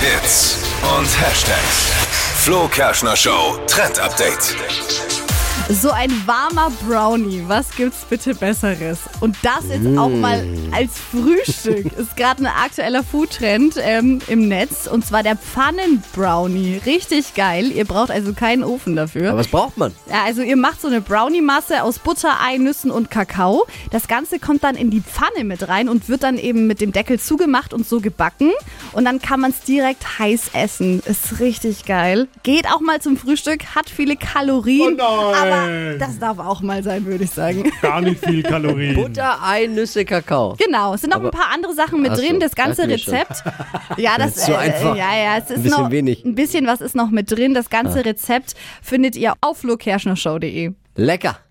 Hits und Hashtags. Flo Kerschner Show Trend Update. So ein warmer Brownie, was gibt's bitte Besseres? Und das jetzt auch mal als Frühstück. Ist gerade ein aktueller Foodtrend ähm, im Netz und zwar der Pfannenbrownie. Richtig geil. Ihr braucht also keinen Ofen dafür. Aber was braucht man? Ja, also ihr macht so eine Brownie-Masse aus Butter, Ei, Nüssen und Kakao. Das Ganze kommt dann in die Pfanne mit rein und wird dann eben mit dem Deckel zugemacht und so gebacken. Und dann kann man es direkt heiß essen. Ist richtig geil. Geht auch mal zum Frühstück, hat viele Kalorien. Oh nein. Aber das darf auch mal sein, würde ich sagen. Gar nicht viel Kalorien. Butter, Ei, Nüsse, Kakao. Genau, es sind noch ein Aber- paar andere Sachen mit Ach drin, so, das ganze dachte mir schon. Rezept. Ja, das äh, ist so einfach. ja, ja, es ist Ein bisschen noch wenig. Ah. ein bisschen was ist noch mit drin. Das ganze Rezept findet ihr auf flokerschnershow.de. Lecker.